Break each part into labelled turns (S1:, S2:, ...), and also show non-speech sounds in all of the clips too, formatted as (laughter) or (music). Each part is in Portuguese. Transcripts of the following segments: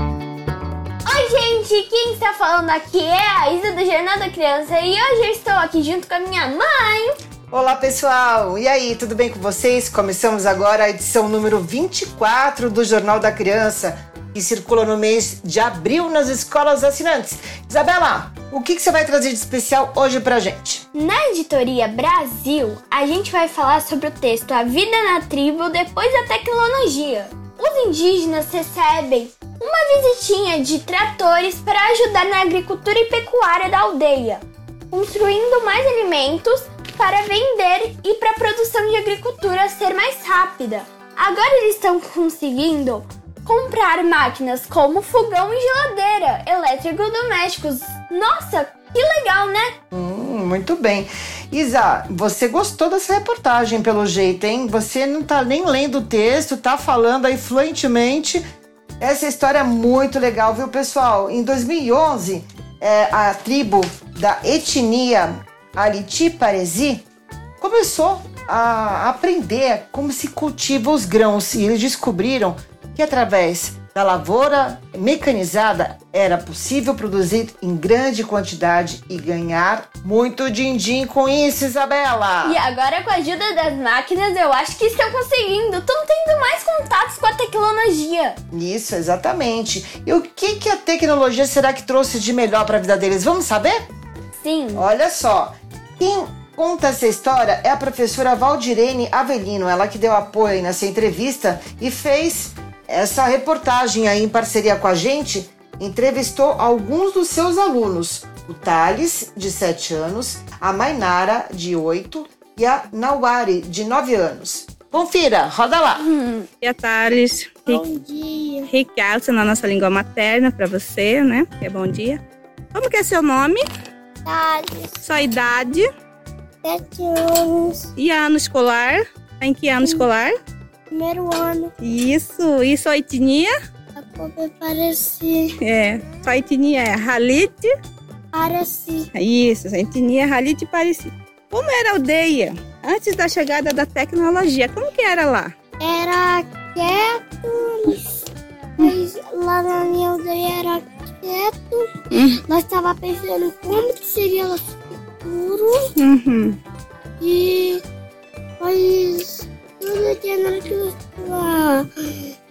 S1: Oi, gente! Quem está falando aqui é a Isa do Jornal da Criança e hoje eu estou aqui junto com a minha mãe.
S2: Olá pessoal, e aí, tudo bem com vocês? Começamos agora a edição número 24 do Jornal da Criança, que circula no mês de abril nas escolas assinantes. Isabela, o que, que você vai trazer de especial hoje pra gente?
S1: Na editoria Brasil, a gente vai falar sobre o texto A Vida na Tribo Depois da Tecnologia. Os indígenas recebem uma visitinha de tratores para ajudar na agricultura e pecuária da aldeia, construindo mais alimentos para vender e para a produção de agricultura ser mais rápida. Agora eles estão conseguindo comprar máquinas como fogão e geladeira, eletrodomésticos. Nossa, que legal, né?
S2: Hum, muito bem. Isa, você gostou dessa reportagem pelo jeito, hein? Você não tá nem lendo o texto, tá falando aí fluentemente. Essa história é muito legal, viu, pessoal? Em 2011, é, a tribo da etnia Aliti Paresi começou a aprender como se cultiva os grãos e eles descobriram que através da lavoura mecanizada era possível produzir em grande quantidade e ganhar muito din-din com isso, Isabela.
S1: E agora, com a ajuda das máquinas, eu acho que estão conseguindo. Estão tendo mais contatos com a tecnologia.
S2: Isso, exatamente. E o que, que a tecnologia será que trouxe de melhor para a vida deles? Vamos saber?
S1: Sim.
S2: Olha só, quem conta essa história é a professora Valdirene Avelino, ela que deu apoio aí nessa entrevista e fez essa reportagem aí em parceria com a gente, entrevistou alguns dos seus alunos, o Thales, de 7 anos, a Mainara, de 8 e a Nawari, de 9 anos. Confira, roda lá.
S3: E a Thales. Bom dia. Ricardo, na nossa língua materna, pra você, né? Que é bom dia. Como que é seu nome,
S4: Thales,
S3: sua idade
S4: 7 anos,
S3: e ano escolar? Tá Em que ano escolar?
S4: primeiro ano,
S3: Isso, e sua etnia?
S4: a Kobe parece,
S3: É, sua etnia é Halit.
S4: parece,
S3: Isso, sua etnia é Halit Pareci. Como era a aldeia antes da chegada da tecnologia? Como que era lá?
S4: era quieto, mas lá na minha aldeia era quieto,
S3: Hum.
S4: nós tava pensando como que seria o futuro
S3: Uhum.
S4: e mas todo dia na hora que eu estava,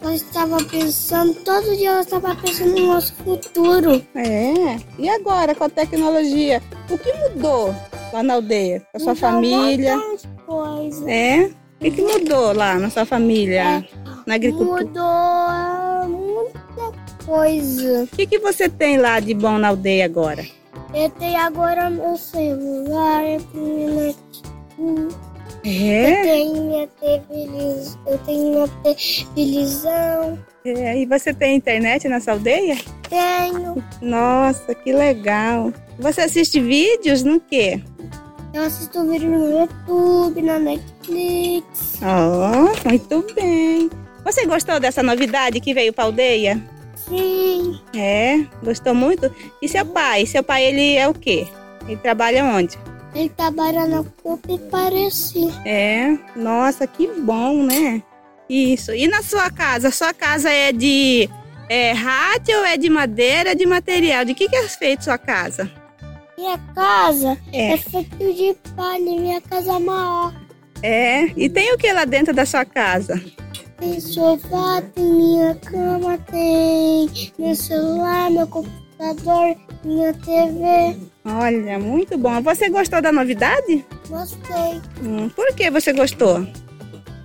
S4: nós tava pensando, todo dia eu estava pensando no nosso futuro.
S3: É. E agora com a tecnologia? O que mudou lá na aldeia? Com a sua família?
S4: Muitas coisas.
S3: É? O que, que mudou lá na sua família? É, Na agricultura?
S4: É. Mudou muita coisa.
S3: O que, que você tem lá de bom na aldeia agora?
S4: Eu tenho agora meu celular, eu tenho minha, eu
S3: É,
S4: tenho minha televis- eu tenho minha televisão,
S3: é, e você tem internet nessa aldeia?
S4: tenho.
S3: Nossa, que legal. Você assiste vídeos no quê?
S4: Eu assisto vídeo no YouTube, na Netflix.
S3: Oh, muito bem. Você gostou dessa novidade que veio pra aldeia?
S4: Sim,
S3: É, gostou muito? E seu pai? Seu pai, ele é o quê? Ele trabalha onde?
S4: ele trabalha na Copa e parece.
S3: É, nossa, que bom, né? Isso. E na sua casa? Sua casa é de é, rádio, é de madeira, é de material? De que, que é feito sua casa?
S4: Minha casa
S3: É.
S4: é, feita de palha, minha casa é maior.
S3: É. E tem o que lá dentro da sua casa?
S4: Tem sofá, tem minha cama, tem meu celular, meu computador, minha TV.
S3: Olha, muito bom. Você gostou da novidade?
S4: Gostei.
S3: Hum, por que você gostou?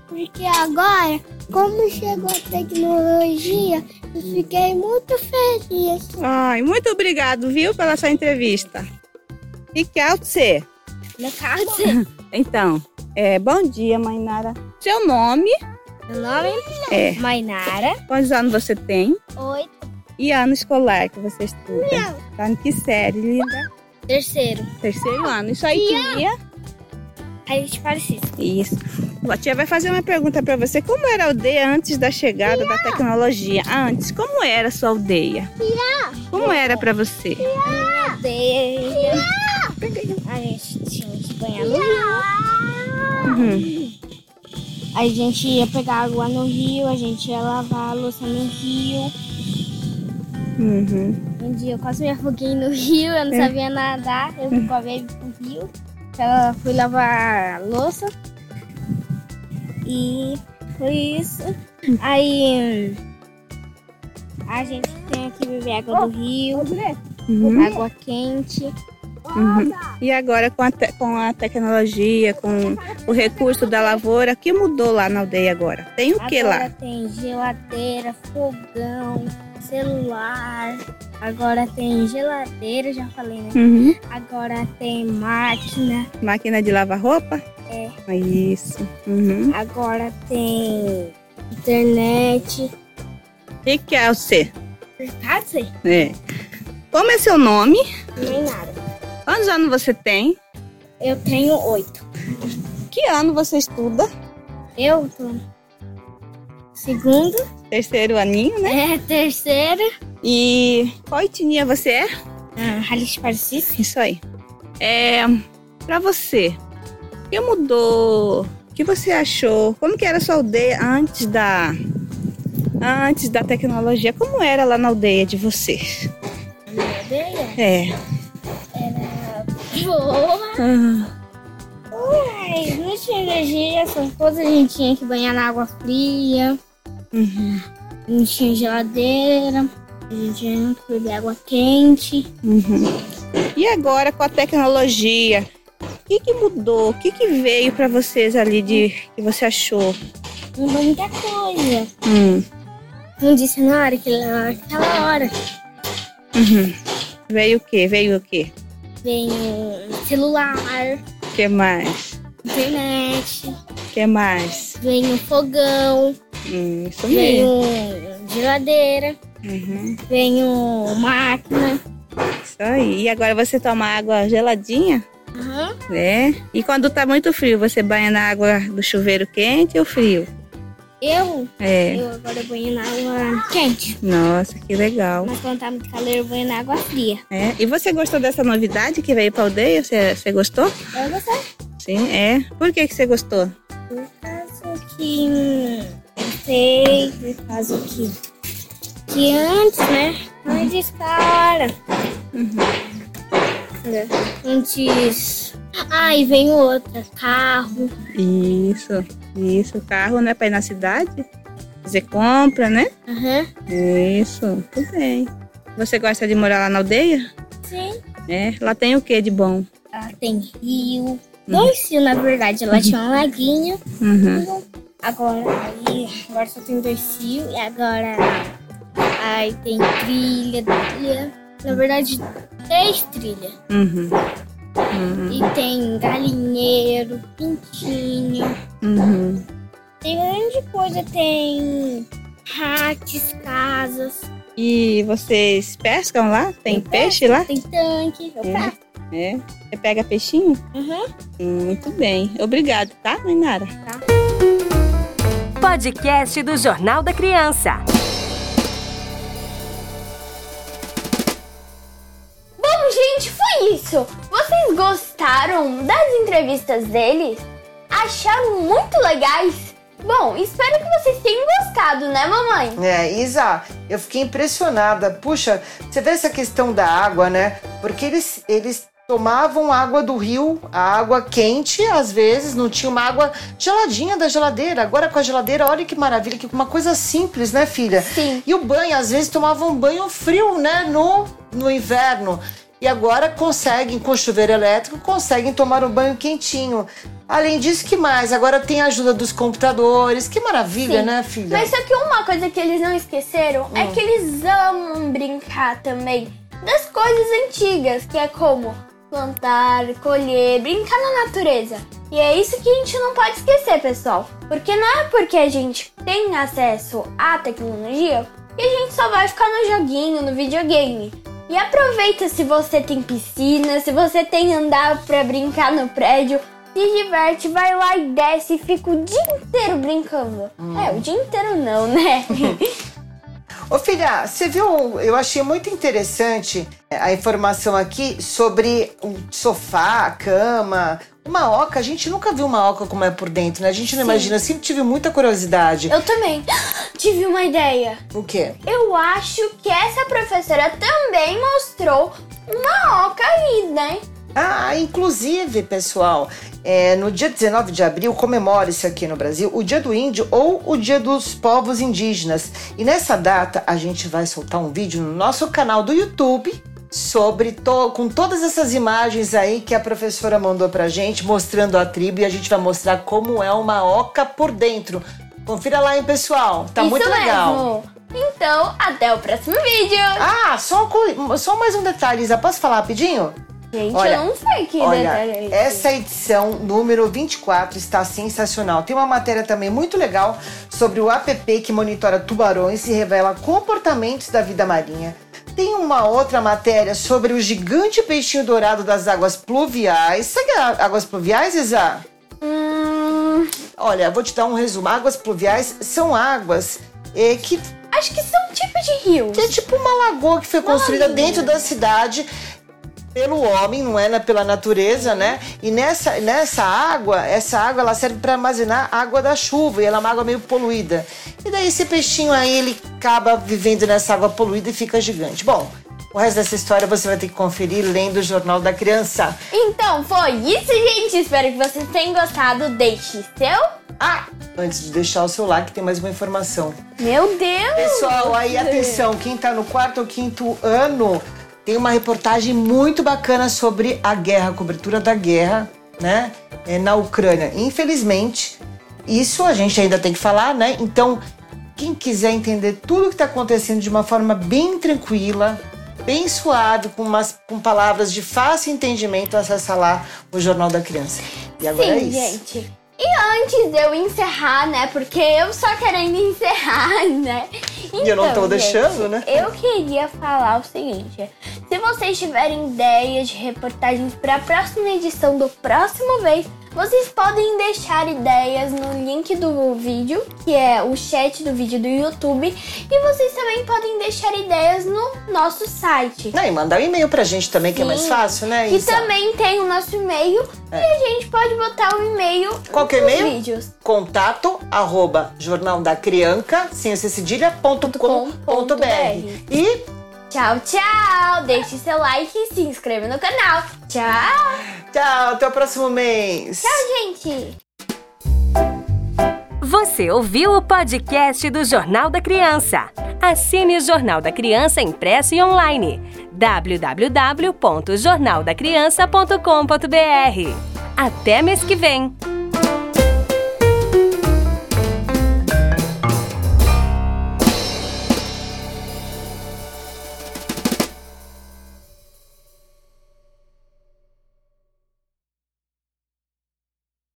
S4: Porque agora, como chegou a tecnologia, eu fiquei muito feliz.
S3: Ai, muito obrigado, viu, pela sua entrevista. Fique alto, você. é?
S4: Na casa.
S3: Então, é, bom dia, mãe Nara. Seu nome
S4: Meu nome
S3: é.
S4: é Mainara.
S3: Quantos anos você tem?
S4: Oi.
S3: E ano escolar que você estuda? Tá em que série, linda?
S4: Terceiro.
S3: Terceiro ano. Isso aí, tia.
S4: A gente parecido.
S3: Isso. A tia vai fazer uma pergunta pra você. Como era a aldeia antes da chegada da tecnologia? Antes, como era a sua aldeia? Como era pra você?
S4: A gente tinha uns banhadores.
S3: Uhum.
S4: Uhum. A gente ia pegar água no rio, a gente ia lavar a louça no rio.
S3: Uhum.
S4: Um dia eu quase me afoguei no rio, eu não sabia nadar, eu fui com a baby pro rio. Ela fui lavar a louça. E foi isso. Aí hum, a gente tem que beber água do rio,
S3: Uhum.
S4: água quente.
S3: Uhum. E agora com a, te- com a tecnologia, com o recurso da lavoura, o que mudou lá na aldeia agora? Tem o que
S4: agora
S3: lá?
S4: tem geladeira, fogão, celular. Agora tem geladeira, já falei, né?
S3: Uhum.
S4: Agora tem máquina.
S3: Máquina de lavar roupa? É. Isso. Uhum.
S4: Agora tem internet. Tá,
S3: O que, que é o C?
S4: Casa?
S3: É. Como é seu nome?
S4: Nem nada.
S3: Quantos anos você tem?
S4: Eu tenho oito.
S3: Que ano você estuda?
S4: Eu tô. Segundo.
S3: Terceiro aninho, né?
S4: É, terceiro.
S3: E qual etnia você é?
S4: Ah, Alice Parcis.
S3: Isso aí. É, pra você, o que mudou? O que você achou? Como que era a sua aldeia antes da... Antes da tecnologia? Como era lá na aldeia de vocês?
S4: Cadeia.
S3: É.
S4: Boa.
S3: Ah,
S4: Mas não tinha energia, essas coisas a gente tinha que banhar na água fria.
S3: uhum,
S4: Não tinha geladeira. A gente tinha que beber água quente.
S3: uhum. E agora com a tecnologia? O que, que mudou? O que, que veio pra vocês ali de que você achou?
S4: Mudou muita coisa.
S3: Hum.
S4: Um dicionário que lá naquela hora.
S3: Uhum. Veio o quê? Veio o quê?
S4: Vem celular,
S3: O que mais?
S4: internet,
S3: O que mais?
S4: vem o fogão,
S3: Hum, isso
S4: vem
S3: mesmo.
S4: o geladeira,
S3: Uhum,
S4: vem o máquina.
S3: Isso aí. E agora você toma água geladinha? Né? E quando tá muito frio, você banha na água do chuveiro quente ou frio?
S4: Eu,
S3: É.
S4: eu agora banho na água quente.
S3: Nossa, que legal.
S4: Mas quando tá muito calor, eu banho na água fria.
S3: É. E você gostou dessa novidade que veio pra aldeia? Você, você gostou?
S4: Eu gostei.
S3: Sim, é. Por que, que você gostou?
S4: Por causa que. hum, Não um sei, por causa que. Que antes, né? Antes da hora. Antes. Ah, e vem outra. Carro.
S3: Isso, isso. Carro, né? Pra ir na cidade? Você compra, né?
S4: Aham.
S3: Isso, muito bem. Você gosta de morar lá na aldeia?
S4: Sim.
S3: É, lá tem o que de bom?
S4: Ela Ah, tem rio. Dois rios, na verdade. Ela tinha um laguinho.
S3: Uhum.
S4: Agora, aí, agora só tem dois rios. E agora. Aí tem trilha, trilha. Na verdade, três trilhas.
S3: Uhum.
S4: E tem galinheiro, pintinho.
S3: Uhum.
S4: Tem um monte de coisa. Tem rates, casas.
S3: E vocês pescam lá? Tem
S4: Eu
S3: peixe lá?
S4: Tem tanque. Eu
S3: Uhum.
S4: faço.
S3: É. Você pega peixinho?
S4: Uhum.
S3: Hum, Muito bem. Obrigado, tá, Minara?
S5: Podcast do Jornal da Criança.
S1: Bom, gente, foi isso. Vocês gostaram das entrevistas deles? Acharam muito legais? Bom, espero que vocês tenham gostado, né, mamãe?
S2: É, Isa, eu fiquei impressionada. Puxa, você vê essa questão da água, né? Porque eles, eles tomavam água do rio, a água quente, às vezes, não tinha uma água geladinha da geladeira. Agora com a geladeira, olha que maravilha, que uma coisa simples, né, filha?
S1: Sim.
S2: E o banho, às vezes tomavam um banho frio, né, no, no inverno. E agora conseguem, com chuveiro elétrico, conseguem tomar um banho quentinho. Além disso, que mais? Agora tem a ajuda dos computadores. Que maravilha,
S1: Sim.
S2: né, filha?
S1: Mas só que uma coisa que eles não esqueceram é que eles amam brincar também das coisas antigas, que é como plantar, colher, brincar na natureza. E é isso que a gente não pode esquecer, pessoal. Porque não é porque a gente tem acesso à tecnologia que a gente só vai ficar no joguinho, no videogame. E aproveita se você tem piscina, se você tem andar pra brincar no prédio. Se diverte, vai lá e desce e fica o dia inteiro brincando.
S2: Hum.
S1: É, o dia inteiro não,
S2: (laughs)
S1: né?
S2: Ô filha, você viu? um, Eu achei muito interessante é, a informação aqui sobre um sofá, cama, uma oca. A gente nunca viu uma oca como é por dentro, né? A gente não imagina. Eu sempre tive muita curiosidade.
S1: Eu também tive uma ideia.
S2: O quê?
S1: Eu acho que essa professora também mostrou uma oca aí, né?
S2: Ah, inclusive, pessoal, é, no dia 19 de abril comemora-se aqui no Brasil o Dia do Índio ou o Dia dos Povos Indígenas. E nessa data a gente vai soltar um vídeo no nosso canal do YouTube sobre to- com todas essas imagens aí que a professora mandou pra gente, mostrando a tribo e a gente vai mostrar como é uma oca por dentro. Confira lá, hein, pessoal? Tá
S1: Isso
S2: muito
S1: mesmo.
S2: legal.
S1: Então, até o próximo vídeo.
S2: Ah, só, co- só mais um detalhe, Isa. Posso falar rapidinho?
S1: Gente,
S2: olha,
S1: eu não sei que
S2: Olha,
S1: detalhe é esse.
S2: essa edição número 24 está sensacional. Tem uma matéria também muito legal sobre o app que monitora tubarões e revela comportamentos da vida marinha. Tem uma outra matéria sobre o gigante peixinho dourado das águas pluviais. Sabe a- águas pluviais, Isa?
S1: Hum,
S2: Olha, vou te dar um resumo. Águas pluviais são águas eh, que
S1: acho que são tipos de rios.
S2: que é tipo uma lagoa que foi construída dentro da cidade pelo homem, não é né, pela natureza, né? E nessa, nessa água, essa água ela serve para armazenar a água da chuva e ela é uma água meio poluída. E daí esse peixinho aí ele acaba vivendo nessa água poluída e fica gigante. Bom, o resto dessa história você vai ter que conferir lendo o Jornal da Criança.
S1: Então, foi isso, gente. Espero que vocês tenham gostado. Deixe seu...
S2: Ah, antes de deixar o seu like tem mais uma informação.
S1: Meu Deus!
S2: Pessoal, aí atenção, quem tá no quarto ou quinto ano tem uma reportagem muito bacana sobre a guerra, a cobertura da guerra, né? é, na Ucrânia. Infelizmente, isso a gente ainda tem que falar, né? Então, quem quiser entender tudo o que tá acontecendo de uma forma bem tranquila, bem suave, com, umas, com palavras de fácil entendimento, acessa lá o Jornal da Criança. E agora
S1: Sim,
S2: é isso.
S1: gente. E antes de eu encerrar, né? Porque eu só querendo (laughs) encerrar, né?
S2: E eu não tô deixando, né?
S1: Eu queria falar o seguinte: se vocês tiverem ideias de reportagens para a próxima edição do próximo mês, vocês podem deixar ideias no link do vídeo, que é o chat do vídeo do YouTube, e vocês também podem deixar ideias no nosso site.
S2: Não, e mandar um e-mail pra gente também, que é mais
S1: Sim.
S2: fácil, né?
S1: Que
S2: Isa?
S1: também tem o nosso e-mail e a gente pode botar o e-mail
S2: Qual que é o
S1: nos
S2: e-mail?
S1: vídeos.
S2: contato arroba jornal da crianca sem essa cedilha, ponto com, ponto BR. e
S1: Tchau, tchau! Deixe seu like e se inscreva no canal. Tchau,
S2: tchau até o próximo mês
S1: gente!
S5: Você ouviu o podcast do Jornal da Criança. Assine o Jornal da Criança impresso e online. www.jornaldacriança.com.br Até mês que vem!